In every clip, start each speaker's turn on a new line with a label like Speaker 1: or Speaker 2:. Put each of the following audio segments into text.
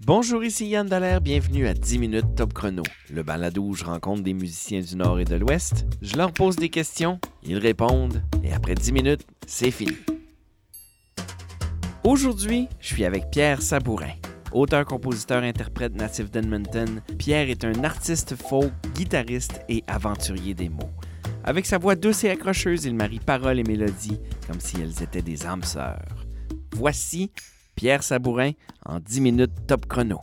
Speaker 1: Bonjour, ici Yann Dallaire, bienvenue à 10 minutes top chrono. Le balado où je rencontre des musiciens du Nord et de l'Ouest, je leur pose des questions, ils répondent, et après 10 minutes, c'est fini. Aujourd'hui, je suis avec Pierre Sabourin. Auteur, compositeur, interprète natif d'Edmonton, Pierre est un artiste folk, guitariste et aventurier des mots. Avec sa voix douce et accrocheuse, il marie paroles et mélodies comme si elles étaient des âmes sœurs. Voici Pierre Sabourin en 10 minutes top chrono.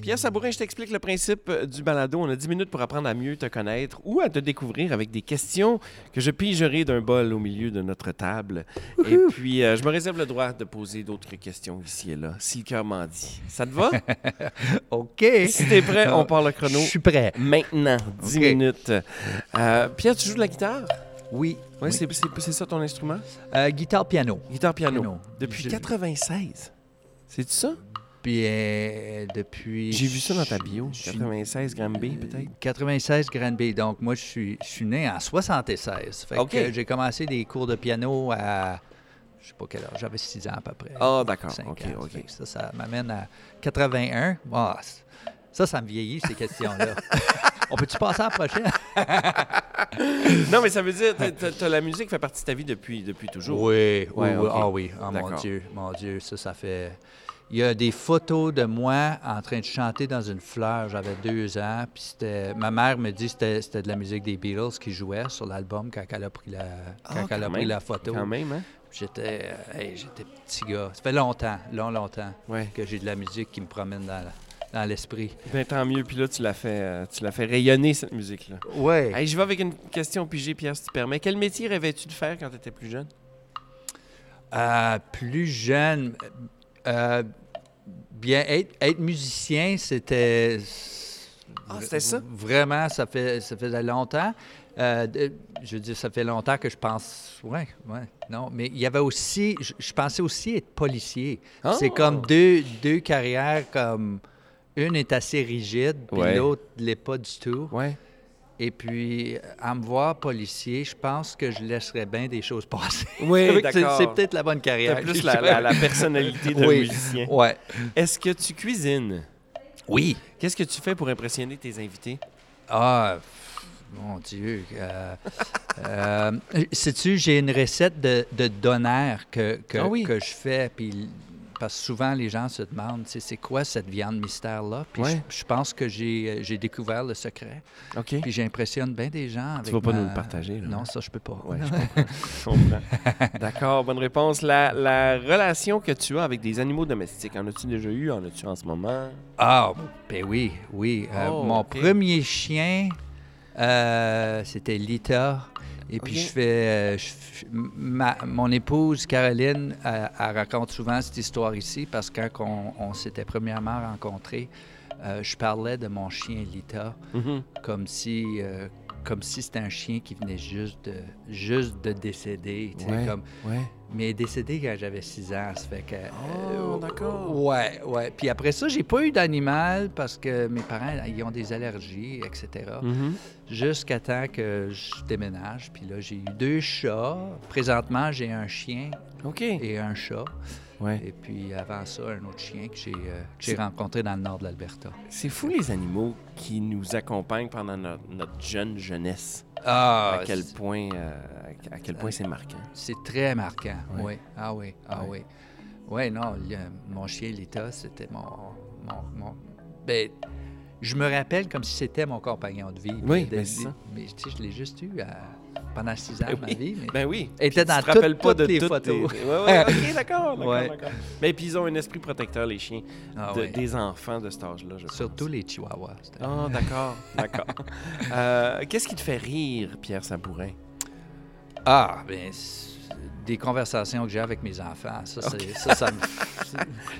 Speaker 1: Pierre Sabourin, je t'explique le principe euh, du balado. On a 10 minutes pour apprendre à mieux te connaître ou à te découvrir avec des questions que je pigerai d'un bol au milieu de notre table. Et puis, euh, je me réserve le droit de poser d'autres questions ici et là, si le cœur m'en dit. Ça te va?
Speaker 2: OK.
Speaker 1: si t'es prêt, on part le
Speaker 2: Je
Speaker 1: chrono
Speaker 2: suis prêt.
Speaker 1: maintenant. 10
Speaker 2: Ok.
Speaker 1: minutes. Euh, Pierre, tu joues de la guitare?
Speaker 2: Oui.
Speaker 1: Ouais, c'est- c'est c'est ça ton instrument?
Speaker 2: Euh, guitare, piano.
Speaker 1: Guitare-piano.
Speaker 2: Piano.
Speaker 1: Depuis
Speaker 2: Je-
Speaker 1: 96. C'est-tu ça?
Speaker 2: Puis euh, depuis.
Speaker 1: J'ai vu ça dans ta bio.
Speaker 2: Je suis-
Speaker 1: 96 grammes B, peut-être.
Speaker 2: 96 Granby. Donc, moi, je suis, je suis né en 76. Fait
Speaker 1: OK.
Speaker 2: que euh, j'ai commencé des cours de piano à. Je sais pas quelle heure. J'avais 6 ans à peu près.
Speaker 1: Ah, d'accord.
Speaker 2: Cinq
Speaker 1: OK,
Speaker 2: ans. Fait
Speaker 1: OK.
Speaker 2: que Ça, ça m'amène à 81. Ah, c- ça, ça me vieillit, ces questions-là. On peut-tu passer à la prochaine?
Speaker 1: Non, mais ça veut dire que la musique fait partie de ta vie depuis, depuis toujours.
Speaker 2: Oui, oui,
Speaker 1: Ouais,
Speaker 2: oui.
Speaker 1: ok.
Speaker 2: Ah oui, Ah, mon
Speaker 1: D'accord.
Speaker 2: Dieu, mon Dieu, ça, ça fait... Il y a des photos de moi en train de chanter dans une fleur. J'avais deux ans, puis c'était... Ma mère me dit que c'était, c'était de la musique des Beatles qui jouait sur l'album quand elle a pris la,
Speaker 1: Ah,
Speaker 2: quand elle a
Speaker 1: quand
Speaker 2: pris
Speaker 1: même.
Speaker 2: la photo.
Speaker 1: Quand même, hein?
Speaker 2: J'étais, euh, hey, j'étais petit gars. Ça fait longtemps, long, longtemps
Speaker 1: Ouais.
Speaker 2: que j'ai de la musique qui me promène dans, la- dans l'esprit.
Speaker 1: Ben, tant mieux. Puis là, tu l'as fait, euh, tu l'as fait rayonner, cette musique-là.
Speaker 2: Oui.
Speaker 1: Hey, je vais avec une question pigée, Pierre, si tu permets. Quel métier rêvais-tu de faire quand tu étais plus jeune?
Speaker 2: Euh, plus jeune, euh, bien être, être musicien, c'était
Speaker 1: Ah, c'était ça?
Speaker 2: Vraiment, ça fait ça faisait longtemps. Euh, de- je veux dire, ça fait longtemps que je pense. Ouais, ouais, non. Mais il y avait aussi, je, je pensais aussi être policier.
Speaker 1: Ah!
Speaker 2: C'est comme deux, deux carrières comme. Une est assez rigide, puis
Speaker 1: Ouais.
Speaker 2: l'autre l'est pas du tout.
Speaker 1: Ouais.
Speaker 2: Et puis, à me voir policier, je pense que je laisserais bien des choses passer.
Speaker 1: Oui,
Speaker 2: C'est-
Speaker 1: d'accord.
Speaker 2: C'est peut-être la bonne carrière.
Speaker 1: T'as plus la, la- la personnalité d'un
Speaker 2: Oui.
Speaker 1: musicien.
Speaker 2: Ouais.
Speaker 1: Est-ce que tu cuisines?
Speaker 2: Oui.
Speaker 1: Qu'est-ce que tu fais pour impressionner tes invités?
Speaker 2: Ah, pff, mon Dieu. Euh, euh, Sais-tu, j'ai une recette de, de doner que, que,
Speaker 1: Ah oui.
Speaker 2: que je fais. Puis, l- parce que souvent, les gens se demandent, tu sais, c'est quoi cette viande mystère-là? Puis,
Speaker 1: Ouais.
Speaker 2: je, je pense que j'ai euh, j'ai découvert le secret.
Speaker 1: OK.
Speaker 2: Puis, j'impressionne bien des gens. Avec
Speaker 1: Tu vas pas
Speaker 2: ma-
Speaker 1: nous le partager, là.
Speaker 2: Non, ça, je peux pas.
Speaker 1: Ouais, je comprends. Je comprends. D'accord, bonne réponse. La, la relation que tu as avec des animaux domestiques, en as-tu déjà eu? En as-tu en ce moment?
Speaker 2: Ah, ben oui, oui. Euh,
Speaker 1: Oh,
Speaker 2: mon
Speaker 1: ok.
Speaker 2: premier chien, euh, c'était Lita. Et puis,
Speaker 1: Ok.
Speaker 2: je fais. euh, je f- ma- mon épouse, Caroline, euh, elle raconte souvent cette histoire ici parce que quand on, on s'était premièrement rencontrés, euh, je parlais de mon chien Lita
Speaker 1: Mhm.
Speaker 2: comme si. euh, comme si c'était un chien qui venait juste de, juste de décéder. tu sais,
Speaker 1: Ouais.
Speaker 2: Comme,
Speaker 1: Ouais.
Speaker 2: mais elle est décédée quand j'avais 6 ans, ça fait que... euh,
Speaker 1: Oh, d'accord.
Speaker 2: Ouais, ouais. Puis après ça, j'ai pas eu d'animal parce que mes parents, ils ont des allergies, etc.
Speaker 1: Mm. Mhm.
Speaker 2: Jusqu'à temps que je déménage. Puis là, j'ai eu deux chats. Présentement, j'ai un chien
Speaker 1: OK.
Speaker 2: et un chat.
Speaker 1: Ouais.
Speaker 2: Et puis avant ça, un autre chien que j'ai euh, que j'ai
Speaker 1: C'est-
Speaker 2: rencontré dans le nord de l'Alberta.
Speaker 1: C'est fou les animaux qui nous accompagnent pendant notre, notre jeune jeunesse.
Speaker 2: Ah,
Speaker 1: à quel point, euh, à quel point c'est marquant.
Speaker 2: C'est très marquant,
Speaker 1: Ouais.
Speaker 2: oui. Ah oui, ah oui. Oui, non, le- mon chien Lita, c'était mon... mon, mon- ben, je me rappelle comme si c'était mon compagnon de vie.
Speaker 1: Oui,
Speaker 2: De-
Speaker 1: ben, c'est ça.
Speaker 2: Mais tu sais, je l'ai juste eu à- pendant six ans de ma
Speaker 1: oui.
Speaker 2: vie. Mais...
Speaker 1: Ben oui.
Speaker 2: Elle était
Speaker 1: Puis
Speaker 2: dans
Speaker 1: tu te rappelles
Speaker 2: toutes-
Speaker 1: pas de
Speaker 2: toutes les
Speaker 1: toutes
Speaker 2: photos.
Speaker 1: tes- Ouais, ouais, ok, d'accord. d'accord,
Speaker 2: Ouais.
Speaker 1: d'accord. Mais puis ils ont un esprit protecteur, les chiens,
Speaker 2: Ah
Speaker 1: de-
Speaker 2: oui.
Speaker 1: des enfants de cet âge-là, je pense.
Speaker 2: Surtout les chihuahuas. c'était-
Speaker 1: Ah, d'accord, d'accord. Euh, Qu'est-ce qui te fait rire, Pierre Sabourin?
Speaker 2: Ah, ben, c'est- des conversations que j'ai avec mes enfants. Ça, c'est- ça, ça me...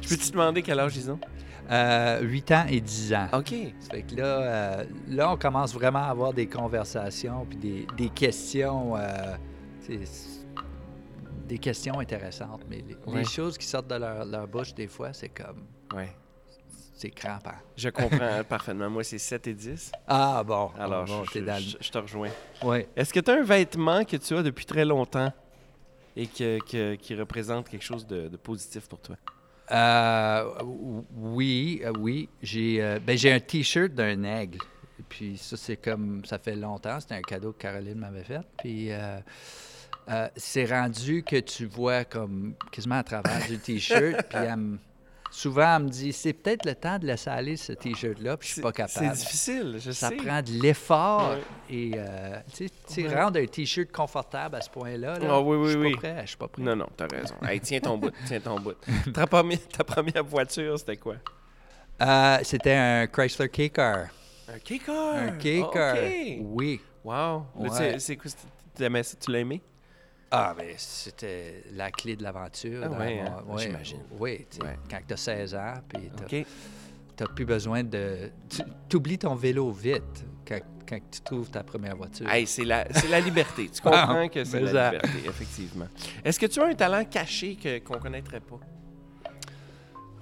Speaker 1: Je peux te demander quel âge ils ont?
Speaker 2: Euh, 8 ans et 10 ans.
Speaker 1: OK.
Speaker 2: Ça fait que là, euh, là, on commence vraiment à avoir des conversations puis des, des questions, euh, c'est- c'est- des questions intéressantes. Mais les, les
Speaker 1: Ouais.
Speaker 2: choses qui sortent de leur, leur bouche des fois, c'est comme,
Speaker 1: Ouais.
Speaker 2: c'est crampant.
Speaker 1: Je comprends parfaitement. Moi, c'est 7 et 10.
Speaker 2: Ah bon.
Speaker 1: Alors,
Speaker 2: bon,
Speaker 1: je,
Speaker 2: t'es
Speaker 1: je-
Speaker 2: dans le-
Speaker 1: je- je te rejoins.
Speaker 2: Ouais.
Speaker 1: Est-ce que tu as un vêtement que tu as depuis très longtemps et que, que- qui représente quelque chose de, de positif pour toi?
Speaker 2: Euh, oui, euh, oui. J'ai euh, ben, j'ai un T-shirt d'un aigle. Puis ça, c'est comme... Ça fait longtemps. C'était un cadeau que Caroline m'avait fait. Puis... euh, euh, c'est rendu que tu vois comme quasiment à travers du T-shirt. puis elle me- souvent, elle me dit, c'est peut-être le temps de laisser aller ce T-shirt-là, puis je suis pas
Speaker 1: C'est
Speaker 2: capable.
Speaker 1: difficile, je
Speaker 2: Ça
Speaker 1: sais.
Speaker 2: prend de l'effort et euh, tu sais, tu sais, rendre un T-shirt confortable à ce point-là. là,
Speaker 1: Ah oui, oui,
Speaker 2: je suis
Speaker 1: oui.
Speaker 2: pas prêt, je suis pas prêt.
Speaker 1: Non, non, t'as raison. Hey, tiens ton bout, tiens ton bout. Ta première, ta première voiture, c'était quoi?
Speaker 2: Euh, C'était un Chrysler K-Car.
Speaker 1: Un K-Car!
Speaker 2: Un K-Car. Oui.
Speaker 1: Wow! Là, tu-
Speaker 2: Ouais.
Speaker 1: C'est quoi? c'est- t'aimais ça, Tu l'as aimé?
Speaker 2: Ah, mais c'était la clé de l'aventure.
Speaker 1: Ah
Speaker 2: dans
Speaker 1: ouais,
Speaker 2: mon-
Speaker 1: hein?
Speaker 2: ouais,
Speaker 1: J'imagine.
Speaker 2: Oui, tu sais,
Speaker 1: Ouais.
Speaker 2: quand tu as 16 ans, puis tu
Speaker 1: OK.
Speaker 2: T'as plus besoin de. Tu t'oublies ton vélo vite quand, quand tu trouves ta première voiture.
Speaker 1: Hey, c'est la, c'est la liberté. Tu comprends
Speaker 2: Ah,
Speaker 1: que c'est
Speaker 2: mais
Speaker 1: la
Speaker 2: ça.
Speaker 1: liberté, effectivement. Est-ce que tu as un talent caché que- qu'on connaîtrait pas?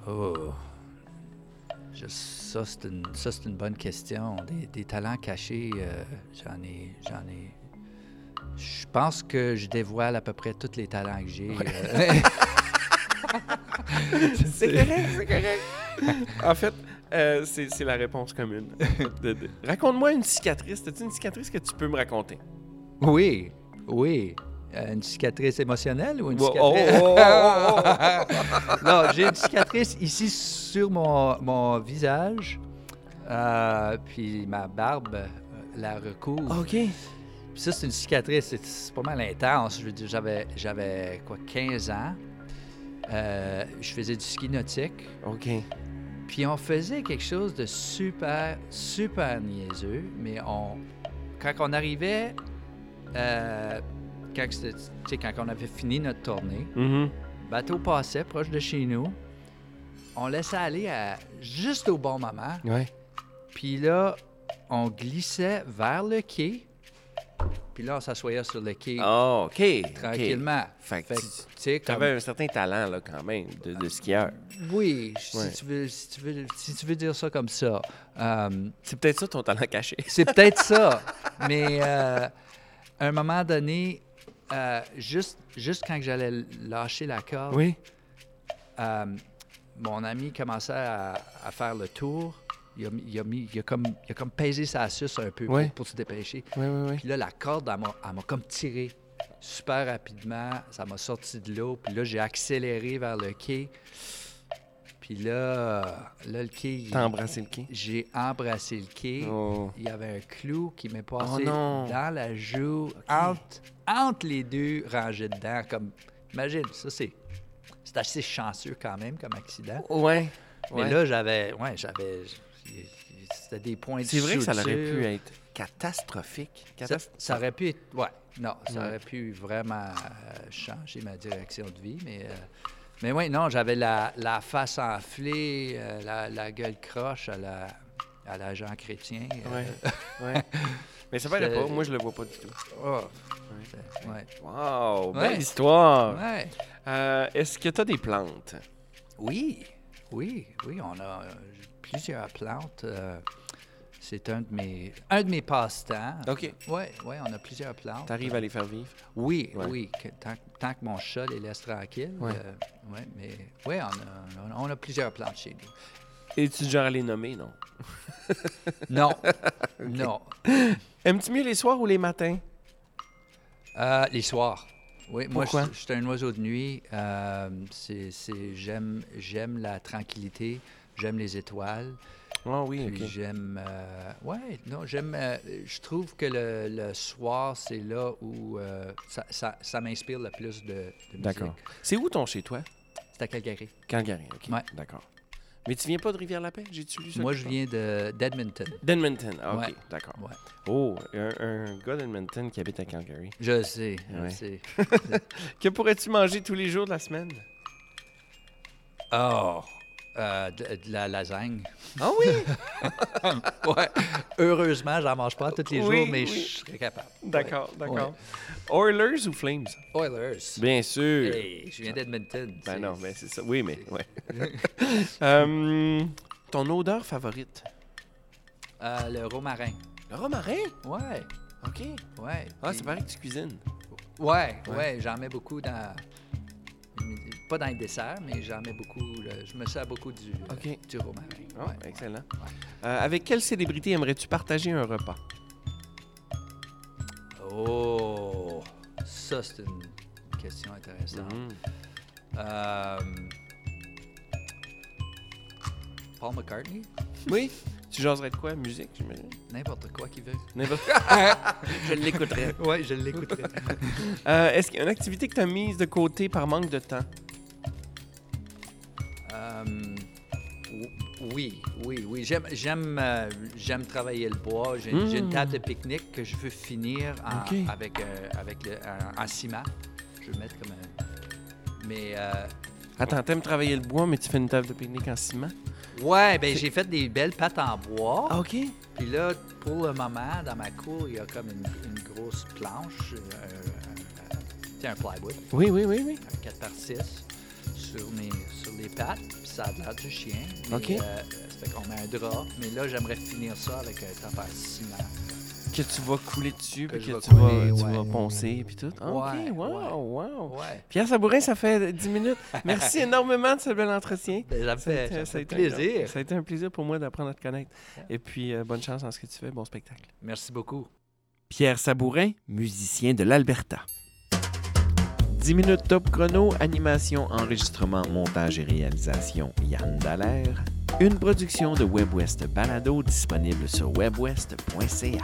Speaker 2: Oh. Je- ça, c'est une, ça, c'est une bonne question. Des, des talents cachés, euh, j'en ai. J'en ai. Je pense que je dévoile à peu près tous les talents que j'ai. euh.
Speaker 1: C'est correct, c'est correct. En fait, euh, c'est c'est la réponse commune. De- de- Raconte-moi une cicatrice. As-tu une cicatrice que tu peux me raconter?
Speaker 2: oui, oui. Euh, Une cicatrice émotionnelle ou une
Speaker 1: Wow,
Speaker 2: cicatrice.
Speaker 1: oh, oh, oh, oh, oh.
Speaker 2: non, j'ai une cicatrice ici sur mon, mon visage. Euh, puis ma barbe euh, la recouvre.
Speaker 1: OK.
Speaker 2: Puis ça, c'est une cicatrice. C'est- C'est pas mal intense. Je veux dire, j'avais, j'avais quoi, 15 ans. Euh, je faisais du ski nautique.
Speaker 1: OK.
Speaker 2: Puis on faisait quelque chose de super, super niaiseux, mais on, quand on arrivait, euh, quand, c'était- tu sais, quand on avait fini notre tournée,
Speaker 1: Mhm.
Speaker 2: Bateau passait proche de chez nous. On laissait aller à- juste au bon moment.
Speaker 1: Ouais.
Speaker 2: Puis là, on glissait vers le quai. Puis là, on s'assoyait sur le quai
Speaker 1: Ah, OK. OK.
Speaker 2: tranquillement.
Speaker 1: Fait que
Speaker 2: que,
Speaker 1: tu-
Speaker 2: tu sais,
Speaker 1: Tu
Speaker 2: comme-
Speaker 1: avais un certain talent, là, quand même, de, de skieur. Ouais.
Speaker 2: Oui, si, tu veux, si, tu veux, si tu veux dire ça comme ça. Euh,
Speaker 1: C'est peut-être ça ton talent caché.
Speaker 2: C'est peut-être ça. Mais euh, à un moment donné, euh, juste, juste quand j'allais lâcher la corde,
Speaker 1: Oui.
Speaker 2: Euh, mon ami commençait à, à faire le tour. Il a, mis- il a mis, il a comme, il a comme pesé sa suce un peu pour-
Speaker 1: Ouais.
Speaker 2: pour, se dépêcher.
Speaker 1: Oui, oui, oui.
Speaker 2: Puis là, la corde, elle m'a- elle m'a comme tiré super rapidement. Ça m'a sorti de l'eau. Puis là, j'ai accéléré vers le quai. Puis là, là le quai, il-
Speaker 1: T'as embrassé le quai.
Speaker 2: j'ai embrassé le quai.
Speaker 1: Oh.
Speaker 2: Il y avait un clou qui m'est passé
Speaker 1: non.
Speaker 2: dans la joue, entre, entre les deux rangées de dents. Comme, imagine, ça c'est, c'est assez chanceux quand même comme accident.
Speaker 1: Ouais.
Speaker 2: Mais là, j'avais, ouais, j'avais, c'était des points de
Speaker 1: c'est vrai que ça aurait
Speaker 2: suture.
Speaker 1: pu être catastrophique.
Speaker 2: Ça,
Speaker 1: Catas-
Speaker 2: ça aurait pu être, ouais, non, ça
Speaker 1: Ouais.
Speaker 2: aurait pu vraiment euh, changer ma direction de vie, mais, euh, mais oui, non, j'avais la, la face enflée, euh, la, la gueule croche à la, à la Jean Chrétien. euh,
Speaker 1: Ouais. ouais. Mais ça paraît
Speaker 2: C'est-
Speaker 1: pas. Moi, je le vois pas du tout.
Speaker 2: oh, c'est- ouais.
Speaker 1: Wow,
Speaker 2: Ouais.
Speaker 1: belle histoire.
Speaker 2: Ouais.
Speaker 1: Euh, Est-ce que t'as des plantes?
Speaker 2: Oui, oui, oui, on a euh, plusieurs plantes. euh, c'est un de mes, un de mes passe-temps.
Speaker 1: OK.
Speaker 2: Oui, oui, on a plusieurs plantes.
Speaker 1: T'arrives à les faire vivre?
Speaker 2: Oui,
Speaker 1: Ouais.
Speaker 2: oui, que- tant, que- tant que mon chat les laisse tranquilles.
Speaker 1: Ouais.
Speaker 2: euh, ouais, mais oui, on a, on a- on a plusieurs plantes chez nous.
Speaker 1: Et tu genre à les nommer, non?
Speaker 2: Non, non.
Speaker 1: Aimes-tu mieux les soirs ou les matins?
Speaker 2: Euh, les soirs. Oui, moi,
Speaker 1: Pourquoi?
Speaker 2: je, je suis un oiseau de nuit. euh, c'est- c'est- j'aime, j'aime la tranquillité, j'aime les étoiles.
Speaker 1: Ah oui,
Speaker 2: Puis
Speaker 1: ok.
Speaker 2: j'aime. euh, ouais, non, j'aime. euh, je trouve que le, le soir, c'est là où euh, ça, ça- ça m'inspire le plus de, de
Speaker 1: D'accord.
Speaker 2: musique.
Speaker 1: C'est où ton chez-toi?
Speaker 2: C'est à Calgary.
Speaker 1: Calgary, ok.
Speaker 2: Ouais.
Speaker 1: D'accord. Mais tu viens pas de Rivière-la-Paix? J'ai-tu lu ça?
Speaker 2: Moi,
Speaker 1: quelque
Speaker 2: je
Speaker 1: part?
Speaker 2: viens de d'Edmonton.
Speaker 1: D'Edmonton, ah, ok,
Speaker 2: Ouais.
Speaker 1: d'accord.
Speaker 2: Ouais.
Speaker 1: Oh, un, un gars d'Edmonton qui habite à Calgary.
Speaker 2: Je sais, je
Speaker 1: Ouais.
Speaker 2: sais.
Speaker 1: Que pourrais-tu manger tous les jours de la semaine?
Speaker 2: Oh! euh, de, de la lasagne.
Speaker 1: Ah oui?
Speaker 2: Ouais. Heureusement, j'en mange pas tous les
Speaker 1: Oui,
Speaker 2: jours, mais
Speaker 1: oui.
Speaker 2: je serais capable.
Speaker 1: D'accord, d'accord. Oilers ou Flames?
Speaker 2: Ouais. Oilers.
Speaker 1: Bien sûr.
Speaker 2: Hey, je viens d'Edmonton.
Speaker 1: Ben
Speaker 2: c'est-
Speaker 1: non, mais c'est ça. Oui, mais ouais. Euh, ton odeur favorite?
Speaker 2: Euh, le romarin.
Speaker 1: Le romarin?
Speaker 2: Ouais,
Speaker 1: OK.
Speaker 2: ouais.
Speaker 1: Ah,
Speaker 2: puis-
Speaker 1: c'est pareil que tu cuisines.
Speaker 2: Ouais, ouais, j'en mets beaucoup dans. pas dans les desserts, mais j'en mets beaucoup. là, je me sers beaucoup du, euh,
Speaker 1: OK.
Speaker 2: du romarin.
Speaker 1: Ah,
Speaker 2: ouais.
Speaker 1: Excellent. Euh, avec quelle célébrité aimerais-tu partager un repas?
Speaker 2: Oh, ça, c'est une question intéressante.
Speaker 1: Mhm.
Speaker 2: Euh, Paul McCartney,
Speaker 1: Oui? Tu jaserais de quoi? Musique, j'imagine?
Speaker 2: n'importe quoi qu'il veut.
Speaker 1: N'importe- Je l'écouterais.
Speaker 2: ouais, je l'écouterai.
Speaker 1: Euh, Est-ce qu'il y a une activité que tu as mise de côté par manque de temps?
Speaker 2: Euh, oui, oui, oui. J'aime, j'aime, euh, j'aime travailler le bois. J'ai, j'ai une
Speaker 1: Mm.
Speaker 2: table de pique-nique que je veux finir en,
Speaker 1: Ok.
Speaker 2: avec, euh, avec le, en, en ciment. Je veux mettre comme un... Mais euh,
Speaker 1: Attends, t'aimes travailler le bois, mais tu fais une table de pique-nique en ciment?
Speaker 2: ouais, ben j'ai fait des belles pattes en bois.
Speaker 1: Ah, OK.
Speaker 2: Puis là, pour le moment, dans ma cour, il y a comme une, une grosse planche, euh, un- un- tu sais, un plywood,
Speaker 1: Oui, oui, oui, oui.
Speaker 2: un 4 par 6 sur, mes, sur les pattes, puis ça a l'air du chien. mais,
Speaker 1: OK.
Speaker 2: euh, ça fait qu'on met un drap, mais là, j'aimerais finir ça avec un top à ciment.
Speaker 1: Que tu vas couler dessus,
Speaker 2: Que
Speaker 1: puis
Speaker 2: je
Speaker 1: que
Speaker 2: vais
Speaker 1: tu, vas,
Speaker 2: couler,
Speaker 1: tu
Speaker 2: ouais.
Speaker 1: vas poncer, puis tout. Ah, OK,
Speaker 2: Ouais,
Speaker 1: wow, wow.
Speaker 2: Ouais.
Speaker 1: Pierre Sabourin, ça fait 10 minutes. Merci énormément de ce bel entretien.
Speaker 2: Ben, ça me
Speaker 1: Ça a
Speaker 2: fait,
Speaker 1: été-
Speaker 2: ça me
Speaker 1: ça a
Speaker 2: fait
Speaker 1: été un-
Speaker 2: plaisir.
Speaker 1: Ça a été un plaisir pour moi d'apprendre à te connaître. Et puis, euh, bonne chance dans ce que tu fais. Bon spectacle.
Speaker 2: Merci beaucoup.
Speaker 1: Pierre Sabourin, musicien de l'Alberta. 10 minutes top chrono, animation, enregistrement, montage et réalisation, Yann Dallaire. Une production de WebWest Balado disponible sur webwest.ca.